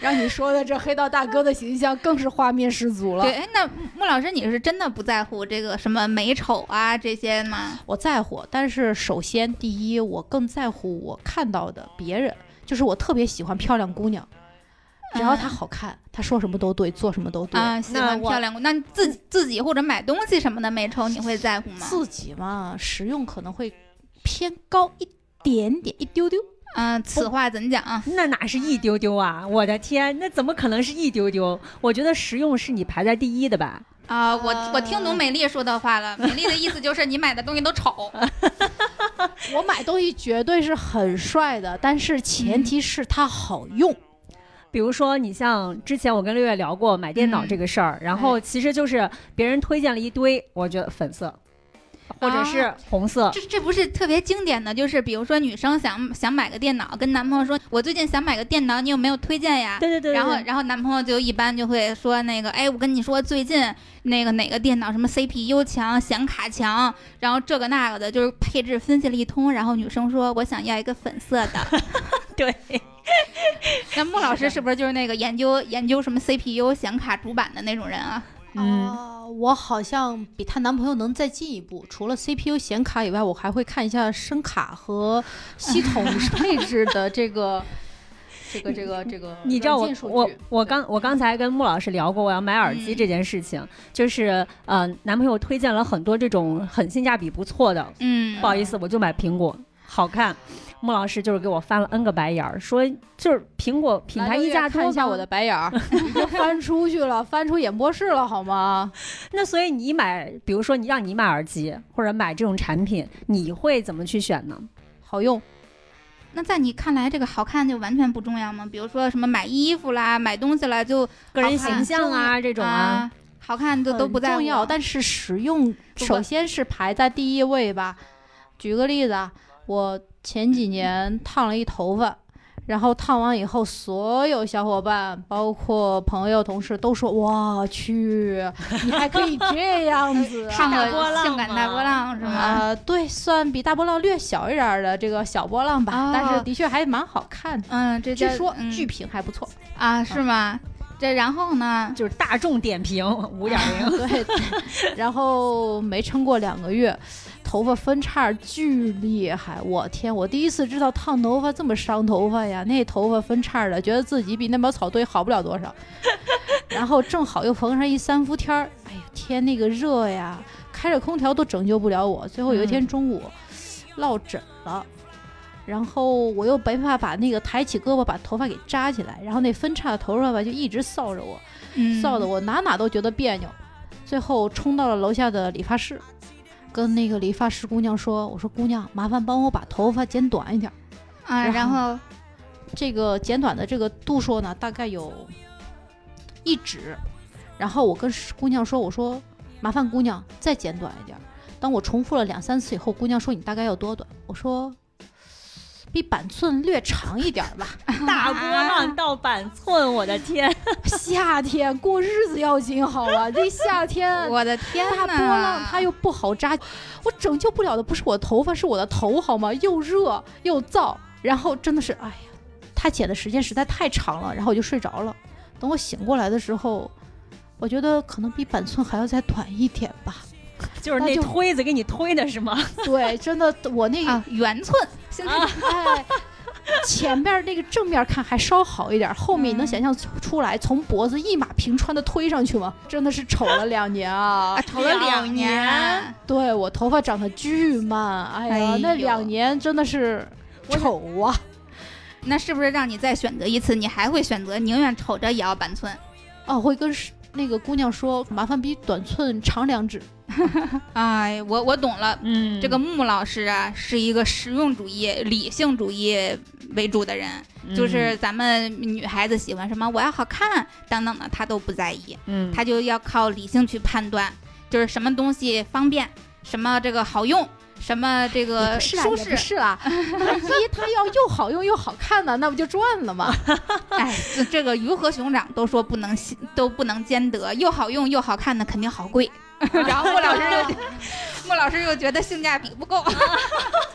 Speaker 6: 让你说的这黑道大哥的形象更是画面十足了
Speaker 2: 对，。哎，那穆老师你是真的不在乎这个什么美丑啊这些吗？
Speaker 6: 我在乎，但是首先第一，我更在乎我看到的别人，就是我特别喜欢漂亮姑娘，只要她好看，她说什么都对，做什么都对。
Speaker 2: 嗯啊，喜
Speaker 1: 那
Speaker 2: 欢
Speaker 1: 我
Speaker 2: 漂亮姑，那自己自己或者买东西什么的美丑你会在乎吗？
Speaker 6: 自己嘛，实用可能会偏高一点点，一丢丢。
Speaker 2: 嗯，此话怎讲啊？
Speaker 1: 那哪是一丢丢啊！我的天，那怎么可能是一丢丢？我觉得实用是你排在第一的吧？
Speaker 2: 啊，我我听懂美丽说的话了，美丽的意思就是你买的东西都丑，
Speaker 6: 我买东西绝对是很帅的，但是前提是它好用。
Speaker 1: 比如说，你像之前我跟六月聊过买电脑这个事儿，
Speaker 2: 嗯
Speaker 1: 然后其实就是别人推荐了一堆，我觉得粉色或者是红色，
Speaker 2: 啊这这不是特别经典的，就是比如说女生想想买个电脑，跟男朋友说，我最近想买个电脑，你有没有推荐呀？
Speaker 1: 对对对对
Speaker 2: 然后，
Speaker 1: 对
Speaker 2: 然后男朋友就一般就会说那个，哎，我跟你说，最近那个哪个电脑什么 CPU 强、显卡强，然后这个那个的，就是配置分析了一通。然后女生说，我想要一个粉色的。
Speaker 1: 对，
Speaker 2: [LAUGHS] 那穆老师是不是就是那个研究研究什么 CPU、显卡、主板的那种人啊？
Speaker 1: 嗯，
Speaker 6: 啊我好像比她男朋友能再进一步，除了 CPU 显卡以外，我还会看一下声卡和系统配置的这
Speaker 1: [LAUGHS]
Speaker 6: 个。这个这个这个，
Speaker 1: 你知道我
Speaker 6: 嗯软件数据
Speaker 1: 我我
Speaker 6: 对嗯
Speaker 1: 刚我刚才跟穆老师聊过，我要买耳机这件事情，就是呃，男朋友推荐了很多这种很性价比不错的，
Speaker 2: 嗯
Speaker 1: 不，好意思，我就买苹果，好看。穆老师就是给我翻了 N 个白眼儿，说就是苹果品
Speaker 6: 来
Speaker 1: 牌
Speaker 6: 六
Speaker 1: 溢
Speaker 6: 月
Speaker 1: 价多
Speaker 6: 看一下
Speaker 1: 吗
Speaker 6: 我的白
Speaker 1: [LAUGHS]
Speaker 6: 眼儿，已经翻出去了，翻出演播室了，好吗？
Speaker 1: 那所以你买，比如说你让你买耳机或者买这种产品，你会怎么去选呢？
Speaker 6: 好用，
Speaker 2: 那在你看来，这个好看就完全不重要吗？比如说什么买衣服啦、买东西啦，就
Speaker 1: 个人
Speaker 2: 好看
Speaker 1: 形象啊这种啊，
Speaker 2: 啊，好看都都
Speaker 6: 很
Speaker 2: 不在
Speaker 6: 重
Speaker 2: 乎
Speaker 6: 要，但是实用
Speaker 2: 不
Speaker 6: 首
Speaker 2: 管
Speaker 6: 先是排在第一位吧。举个例子啊，我前几年烫了一头发，然后烫完以后，所有小伙伴，包括朋友、同事都说：“我去，你还可以这样子、 [LAUGHS] 啊！”
Speaker 2: 上
Speaker 6: 啊、
Speaker 2: 个
Speaker 1: 波浪
Speaker 2: 性感大
Speaker 1: 吗
Speaker 2: 波浪是
Speaker 5: 啊
Speaker 2: 吗？
Speaker 6: 呃对，算比大波浪略小一点儿的这个小波浪吧，但
Speaker 2: 哦
Speaker 6: 是的确还蛮好看的。
Speaker 2: 嗯，这
Speaker 6: 据
Speaker 2: 叫
Speaker 6: 说
Speaker 2: 嗯
Speaker 6: 剧评还不错，
Speaker 2: 啊是吗？这然后
Speaker 6: 啊
Speaker 2: 呢？
Speaker 1: 就是大众点评五点
Speaker 6: [LAUGHS]
Speaker 1: 零，
Speaker 6: 对，然后没撑过两个月，头发分叉巨厉害，我天！我第一次知道烫头发这么伤头发呀，那头发分叉的，觉得自己比那茅草堆好不了多少。然后正好又 [LAUGHS] 逢上一三伏天儿，哎呦天，那个热呀，开着空调都拯救不了我。最后有一天中午，落枕了。然后我又没办法把那个抬起胳膊把头发给扎起来，然后那分叉的头发吧就一直扫着我，
Speaker 2: 嗯，
Speaker 6: 臊得我哪哪都觉得别扭，最后冲到了楼下的理发室，跟那个理发师姑娘说：“我说姑娘，麻烦帮我把头发剪短一点儿。
Speaker 2: 啊，
Speaker 6: 然
Speaker 2: 然后
Speaker 6: 这个剪短的这个度数呢，大概有一指。”然后我跟师姑娘说：“我说麻烦姑娘再剪短一点儿。”当我重复了两三次以后，姑娘说：“你大概有多短？”我说：“比板寸略长一点儿吧。”
Speaker 1: 大波浪到板寸，我的天！
Speaker 6: 夏天过日子要紧好啊！这夏天
Speaker 2: 我的天
Speaker 6: 大
Speaker 2: 呐，
Speaker 6: 波浪它又哎不好扎，我拯救不了的不是我的头发，是我的头好吗？又热又燥，然后真的是，哎呀，他剪的时间实在太长了，然后我就睡着了。等我醒过来的时候，我觉得可能比板寸还要再短一点吧。 [LAUGHS]
Speaker 1: 就是
Speaker 6: 那
Speaker 1: 那
Speaker 6: 就
Speaker 1: 推子给你推的是吗？
Speaker 6: 对，真的，我那个、
Speaker 2: 啊圆寸，现在
Speaker 6: 哎，前面那个正面看还稍好一点，后面你
Speaker 2: 嗯
Speaker 6: 能想象出来从脖子一马平川的推上去吗？真的是丑了两年 [LAUGHS] 啊！
Speaker 2: 啊，丑了两年，
Speaker 6: 对我头发长得巨慢，哎呀，
Speaker 2: 哎
Speaker 6: 那
Speaker 2: 呦
Speaker 6: 两年真的是丑啊！
Speaker 2: 那是不是让你再选择一次，你还会选择宁愿瞅着也要板寸
Speaker 6: 哦，我会跟是那个姑娘说，麻烦比短寸长两指。
Speaker 2: 哎，我我懂了。
Speaker 1: [LAUGHS] 嗯
Speaker 2: 这个穆老师啊，是一个实用主义、理性主义为主的人，
Speaker 1: 嗯
Speaker 2: 就是咱们女孩子喜欢什么，我要好看等等的，他都不在意，
Speaker 1: 嗯，
Speaker 2: 他就要靠理性去判断，就是什么东西方便，什么这个好用，什么这
Speaker 6: 也
Speaker 2: 个
Speaker 6: 不是啦，
Speaker 2: 舒
Speaker 6: 也不
Speaker 2: 适，
Speaker 6: 是啦，万一她要又好用又好看呢，那不就赚了吗？
Speaker 2: 哎，这这个鱼和熊掌都说不能信都不能兼得，又好用又好看的肯定好贵。然后穆老师又，穆老师又觉得性价比不够，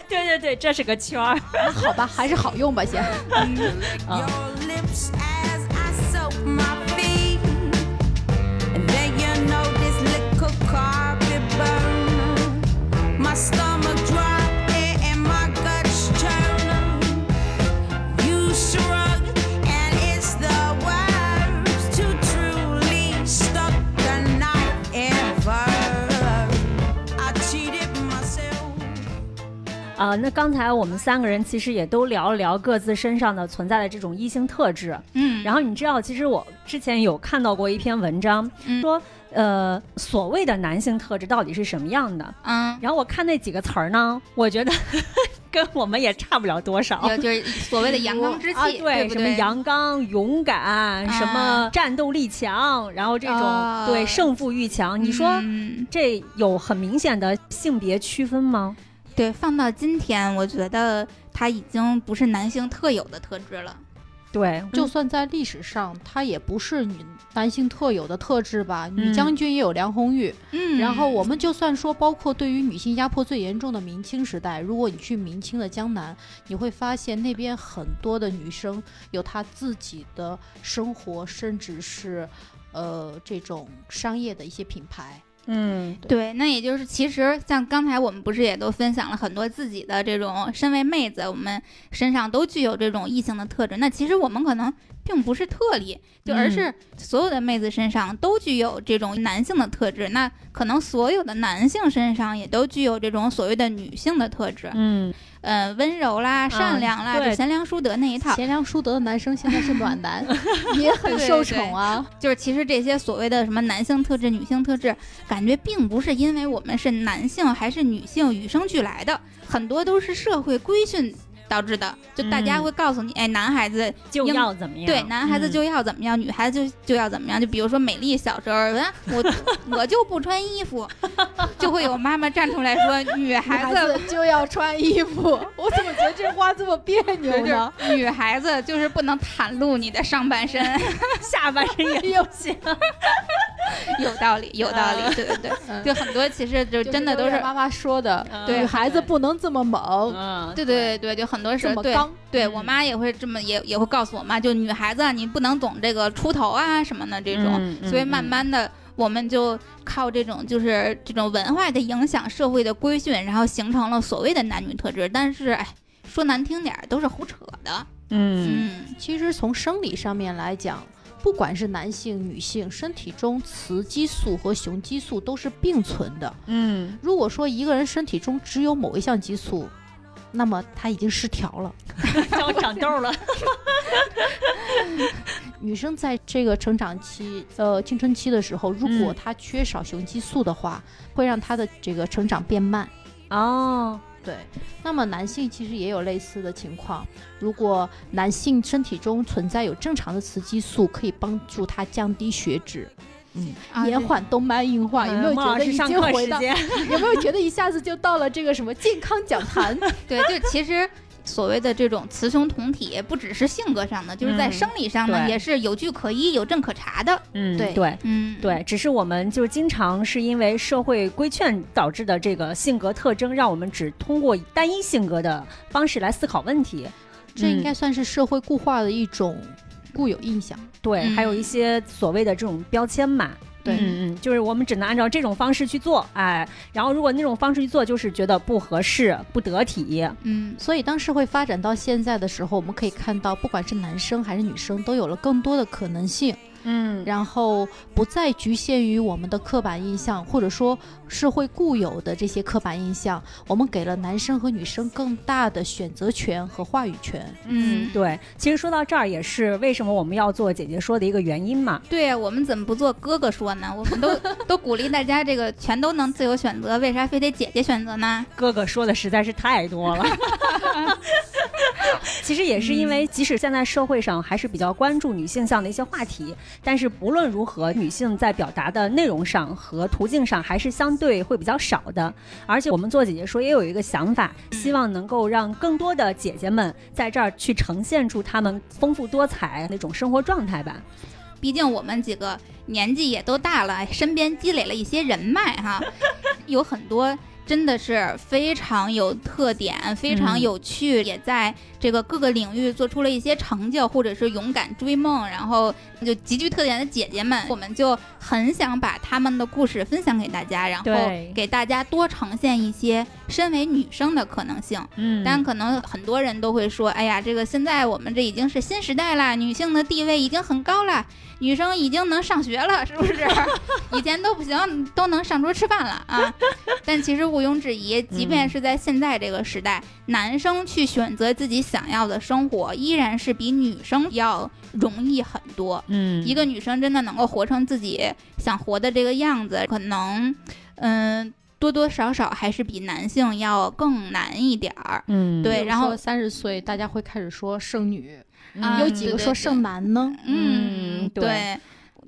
Speaker 1: 对对对，这是个圈儿。
Speaker 6: 那好吧，还是好用吧先。
Speaker 8: Your lips as I soak my feet, and then you know this little carpet burn. My stomach drop and my guts churn. You shrug and it's the words to truly stuck the knife in verve. I cheated myself.
Speaker 1: 啊，那刚才我们三个人其实也都聊了聊各自身上的存在的这种异性特质。
Speaker 2: 嗯，
Speaker 1: 然后你知道，其实我之前有看到过一篇文章，
Speaker 2: 嗯
Speaker 1: 说呃，所谓的男性特质到底是什么样的？
Speaker 2: 嗯，
Speaker 1: 然后我看那几个词儿呢，我觉得 [LAUGHS] 跟我们也差不了多少。
Speaker 2: 有就是所谓的阳刚之气，
Speaker 1: 啊
Speaker 2: 对不
Speaker 1: 什么
Speaker 2: 对？
Speaker 1: 阳刚、勇敢，什么战斗力强，然后这种、
Speaker 2: 啊
Speaker 1: 对胜负欲强，你说。
Speaker 2: 嗯
Speaker 1: 这有很明显的性别区分吗？
Speaker 2: 对，放到今天，我觉得它已经不是男性特有的特质了。
Speaker 1: 对，
Speaker 6: 就算在历史上，它也不是女男性特有的特质吧。女
Speaker 1: 嗯
Speaker 6: 将军也有梁红玉，
Speaker 2: 嗯
Speaker 6: 然后我们就算说，包括对于女性压迫最严重的明清时代，如果你去明清的江南，你会发现那边很多的女生有她自己的生活，甚至是呃这种商业的一些品牌。
Speaker 1: 嗯
Speaker 2: 对，那也就是其实像刚才我们不是也都分享了很多自己的这种，身为妹子，我们身上都具有这种异性的特质。那其实我们可能并不是特例，就而
Speaker 1: 嗯
Speaker 2: 是所有的妹子身上都具有这种男性的特质。那可能所有的男性身上也都具有这种所谓的女性的特质，
Speaker 1: 嗯，
Speaker 2: 嗯、温柔啦、善
Speaker 1: 嗯
Speaker 2: 良啦，就
Speaker 1: 对
Speaker 2: 贤良淑德那一套。
Speaker 6: 贤良淑德的男生现在是暖男， [LAUGHS] 也很受宠啊。
Speaker 2: 就是其实这些所谓的什么男性特质、女性特质，感觉并不是因为我们是男性还是女性与生俱来的，很多都是社会规训导致的。就大家
Speaker 1: 嗯
Speaker 2: 会告诉你，哎，男孩子
Speaker 1: 就
Speaker 2: 应
Speaker 1: 要怎么样？
Speaker 2: 对，男孩子
Speaker 1: 嗯
Speaker 2: 就要怎么样，女孩子就就要怎么样。就比如说美丽小时候，啊、我
Speaker 1: [LAUGHS]
Speaker 2: 我就不穿衣服，就会有妈妈站出来说，女孩
Speaker 3: 孩
Speaker 2: 子。
Speaker 3: 子就要穿衣服，我怎么觉得这话这么别扭
Speaker 2: 就
Speaker 3: 呢？
Speaker 2: 是女孩子就是不能袒露你的上
Speaker 1: [LAUGHS]
Speaker 2: 半身，
Speaker 1: 下半身也有些
Speaker 2: 有道理，有道理，对对对，
Speaker 6: 嗯
Speaker 2: 就很多其实就
Speaker 6: 就
Speaker 2: 真的
Speaker 6: 有
Speaker 2: 都是
Speaker 6: 点妈妈说的，
Speaker 2: 对
Speaker 6: 女孩子不能这么猛，
Speaker 1: [LAUGHS] 嗯，
Speaker 2: 对对对对，就很多时
Speaker 6: 这
Speaker 2: 候
Speaker 6: 么
Speaker 2: 对
Speaker 6: 刚。
Speaker 2: 对我妈也会这么也也会告诉我妈，就女孩子啊，你不能总这个出头啊什么的这种，
Speaker 1: 嗯嗯
Speaker 2: 所以慢慢的我们就靠这种就是这种文化的影响，社会的规训，然后形成了所谓的男女特质。但是哎，说难听点儿都是胡扯的。
Speaker 1: 嗯
Speaker 2: 嗯
Speaker 6: 其实从生理上面来讲，不管是男性、女性，身体中雌激素和雄激素都是并存的。
Speaker 1: [LAUGHS] 嗯，
Speaker 6: 如果说一个人身体中只有某一项激素，那么他已经失调了。
Speaker 1: 就要长痘了，
Speaker 6: 女生在这个成长期，呃，青春期的时候，如果
Speaker 1: 嗯
Speaker 6: 她缺少雄激素的话，会让她的这个成长变慢。
Speaker 1: [LAUGHS] 哦，
Speaker 6: 对，那么男性其实也有类似的情况。如果男性身体中存在有正常的雌激素，可以帮助他降低血脂，
Speaker 2: 啊，
Speaker 6: 延缓动脉硬化。有没有
Speaker 1: 哎孟
Speaker 6: 觉
Speaker 1: 老
Speaker 6: 得
Speaker 1: 师
Speaker 6: 已
Speaker 1: 上
Speaker 6: 经
Speaker 1: 课
Speaker 6: 回
Speaker 1: 时
Speaker 6: 到？
Speaker 1: 间
Speaker 6: 有没有觉得一下子就到了这个什么健康讲坛？
Speaker 2: 对，就其实。所谓的这种雌雄同体，不只是性格上的，就是在
Speaker 1: 嗯
Speaker 2: 生理上呢，
Speaker 1: 对
Speaker 2: 也是有据可依、有证可查的。
Speaker 1: 嗯
Speaker 6: 对
Speaker 1: 对。
Speaker 2: 嗯，
Speaker 1: 对，只是我们就是经常是因为社会规劝导致的这个性格特征，让我们只通过单一性格的方式来思考问题。
Speaker 6: 这应该
Speaker 1: 嗯
Speaker 6: 算是社会固化的一种固有印象。
Speaker 1: 对，还有
Speaker 2: 嗯
Speaker 1: 一些所谓的这种标签嘛。
Speaker 6: 对
Speaker 1: 嗯嗯，就是我们只能按照这种方式去做，哎，然后如果那种方式去做，就是觉得不合适、不得体。
Speaker 2: 嗯，
Speaker 6: 所以，当社会发展到现在的时候，我们可以看到，不管是男生还是女生，都有了更多的可能性。
Speaker 1: 嗯
Speaker 6: 然后不再局限于我们的刻板印象，或者说社会固有的这些刻板印象，我们给了男生和女生更大的选择权和话语权。
Speaker 2: 嗯，
Speaker 1: 对，其实说到这儿也是为什么我们要做姐姐说的一个原因嘛。
Speaker 2: 对呀，我们怎么不做哥哥说呢？我们都 [LAUGHS] 都鼓励大家这个全都能自由选择，为啥非得姐姐选择呢？
Speaker 1: 哥哥说的实在是太多 [LAUGHS] 了。其实也是因为，即使现在社会上还是比较关注女性向的一些话题，但是不论如何，女性在表达的内容上和途径上还是相对会比较少的。而且我们做姐姐说也有一个想法，希望能够让更多的姐姐们在这儿去呈现出她们丰富多彩那种生活状态吧。
Speaker 2: 毕竟我们几个年纪也都大了，哎身边积累了一些人脉
Speaker 1: [LAUGHS]
Speaker 2: 哈，有很多真的是非常有特点、非常
Speaker 1: 嗯
Speaker 2: 有趣，也在这个各个领域做出了一些成就，或者是勇敢追梦，然后就极具特点的姐姐们，我们就很想把她们的故事分享给大家，然后
Speaker 1: 对
Speaker 2: 给大家多呈现一些身为女生的可能性。
Speaker 1: 嗯
Speaker 2: 但可能很多人都会说，哎呀，这个现在我们这已经是新时代了，女性的地位已经很高了，女生已经能上学了，是不是？ [LAUGHS] 以前都不行，都能上桌吃饭了啊。但其实毋庸置疑，即
Speaker 1: 嗯
Speaker 2: 便是在现在这个时代，男生去选择自己想要的生活，依然是比女生要容易很多。
Speaker 1: 嗯
Speaker 2: 一个女生真的能够活成自己想活的这个样子，可能，嗯，多多少少还是比男性要更难一点儿。
Speaker 1: 嗯
Speaker 2: 对，然后
Speaker 6: 三十岁，大家会开始说剩女，
Speaker 2: 啊
Speaker 6: 嗯有几个说剩男呢？
Speaker 2: 嗯
Speaker 1: 嗯，对
Speaker 2: 对，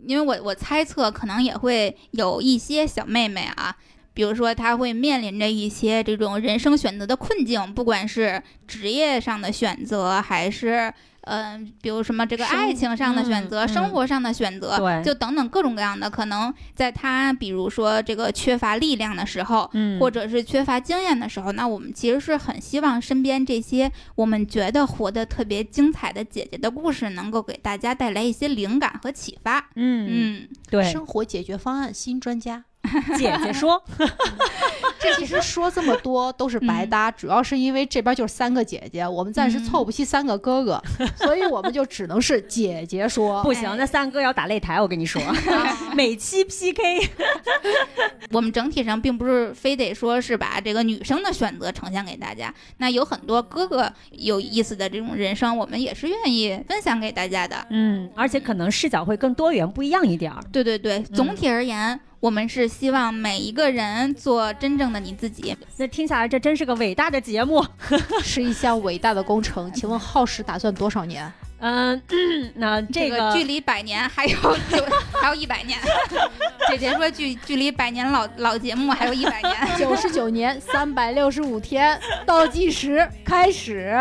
Speaker 2: 因为我我猜测可能也会有一些小妹妹啊，比如说她会面临着一些这种人生选择的困境，不管是职业上的选择，还是嗯、呃比如什么这个
Speaker 1: 生
Speaker 2: 爱情上的选
Speaker 1: 嗯
Speaker 2: 择、
Speaker 1: 嗯
Speaker 2: 生活上的选择，
Speaker 1: 对
Speaker 2: 就等等各种各样的，可能在她比如说这个缺乏力量的时候，
Speaker 1: 嗯
Speaker 2: 或者是缺乏经验的时候，那我们其实是很希望身边这些我们觉得活得特别精彩的姐姐的故事，能够给大家带来一些灵感和启发。
Speaker 1: 嗯嗯
Speaker 2: 嗯，
Speaker 1: 对， [LAUGHS]
Speaker 6: 生活解决方案新专家。
Speaker 1: 姐姐说，
Speaker 6: 这其实说这么多都是白搭，主要是因为这边就是三个姐姐，我们暂时
Speaker 2: 嗯
Speaker 6: 凑不齐三个哥哥，所以我们就只能是姐姐
Speaker 2: 哦
Speaker 6: 说。
Speaker 1: 不
Speaker 2: 哎
Speaker 1: 行，那三哥要打擂台，我跟你
Speaker 2: [LAUGHS]
Speaker 1: 说， [LAUGHS] 每期
Speaker 2: 哦
Speaker 1: PK，
Speaker 2: 我们整体上并不是非得说是把这个女生的选择呈现给大家，那有很多哥哥有意思的这种人生，我们也是愿意分享给大家的。
Speaker 1: 嗯，而且可能视角会更多元，不一样一点儿。
Speaker 2: 对对对，总体而言，我们是希望每一个人做真正的你自己。
Speaker 1: 那听下来，这真是个伟大的节目。
Speaker 6: 是一项伟大的工程。请问耗时打算多少年？
Speaker 1: 嗯， [CLEARS THROAT] 那这
Speaker 2: 这
Speaker 1: 个
Speaker 2: 距离百
Speaker 1: [LAUGHS]
Speaker 2: 年还有九，还有一百年。姐姐说距距离百年老老节目还有一百年。
Speaker 6: 九十九年三百六十五天，倒计时开始。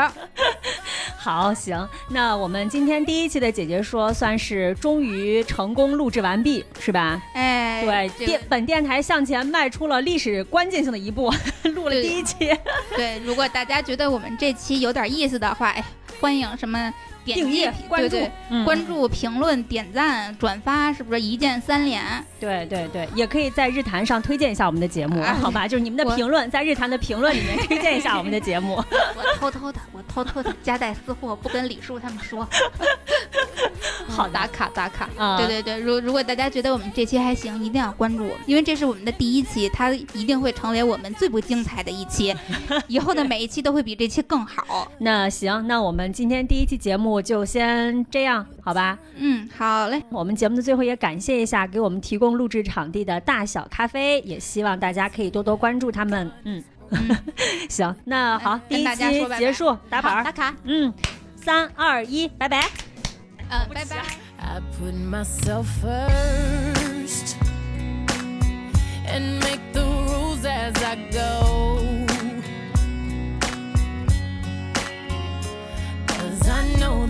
Speaker 1: 好行，那我们今天第一期的姐姐说算是终于成功录制完毕，是吧？
Speaker 2: 哎，
Speaker 1: 对，
Speaker 2: 这
Speaker 1: 电
Speaker 2: 个
Speaker 1: 本电台向前迈出了历史关键性的一步， [LAUGHS] 录了
Speaker 2: 对
Speaker 1: 第一期， [LAUGHS]
Speaker 2: 对，如果大家觉得我们这期有点意思的话，哎，欢迎什么点
Speaker 1: 订
Speaker 2: 击
Speaker 1: 阅关注
Speaker 2: 对对
Speaker 1: 嗯
Speaker 2: 关注、评论、点赞、转发，是不是一键三连？
Speaker 1: 对对对，也可以在日坛上推荐一下我们的节目，
Speaker 2: 哎
Speaker 1: 好吧？就是你们
Speaker 2: 我
Speaker 1: 的评论，在日坛的评论里面推荐一下我们的节
Speaker 2: [LAUGHS]
Speaker 1: 目。
Speaker 2: 我偷偷的，我偷偷的夹带私货，不跟李叔他们
Speaker 1: [LAUGHS]
Speaker 2: 说。嗯
Speaker 1: 好的
Speaker 6: 打卡打卡。
Speaker 1: 啊，
Speaker 2: 对对对，如如果大家觉得我们这期还行，一定要关注我们，因为这是我们的第一期，它一定会成为我们最不精彩的一
Speaker 1: [LAUGHS]
Speaker 2: 期，以后的每一期都会比这期更好。
Speaker 1: 那行，那我们今天第一期节目就先这样，好吧？
Speaker 2: 嗯，好嘞，
Speaker 1: 我们节目的最后也感谢一下给我们提供录制场地的大小咖啡，也希望大家可以多多关注他们。嗯，
Speaker 2: 嗯
Speaker 1: [LAUGHS] 行，那好
Speaker 2: 嗯，
Speaker 1: 第一
Speaker 2: 跟大家
Speaker 1: 期
Speaker 2: 说拜拜
Speaker 1: 结束，打板
Speaker 2: 好
Speaker 1: 儿
Speaker 2: 打。卡，
Speaker 1: 嗯，三二一，拜拜。
Speaker 2: 嗯，拜拜。
Speaker 9: I put myself first and make the rules as I go. Cause I know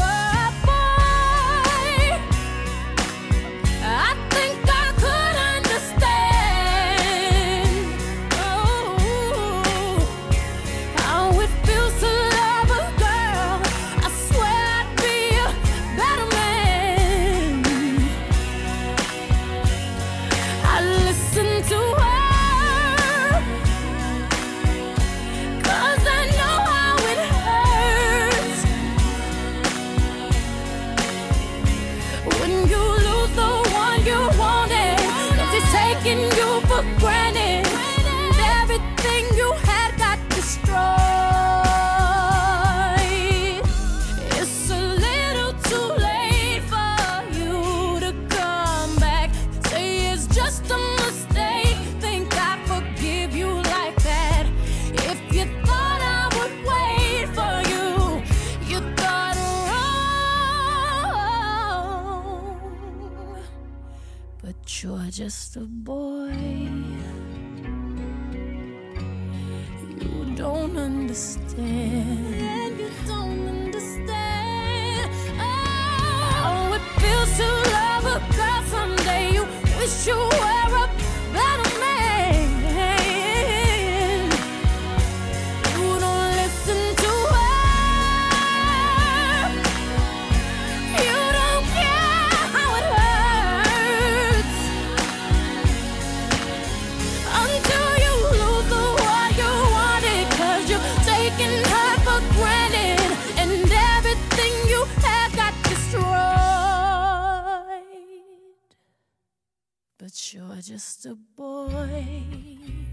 Speaker 9: were a boy, I think I could understand oh, how it feels to love a girl. I swear I'd be a better man. I listen to her 'cause I know how it hurts. When you lose the one you wanted, cause it's taking you for granted. And everything you had got destroyed. It's a little too late for you to come back. Say it's just a mistake. Think I forgive you like that. If you thought I would wait for you, you thought wrong. But you're just a boy. You don't understand. You don't understand. Oh, it feels to love a girl someday. You wish you were a better man. You don't listen to her. You don't care how it hurts until you lose the one you wanted. Cause you're taking her for granted, and everything you have got destroyed. But you're just a boy.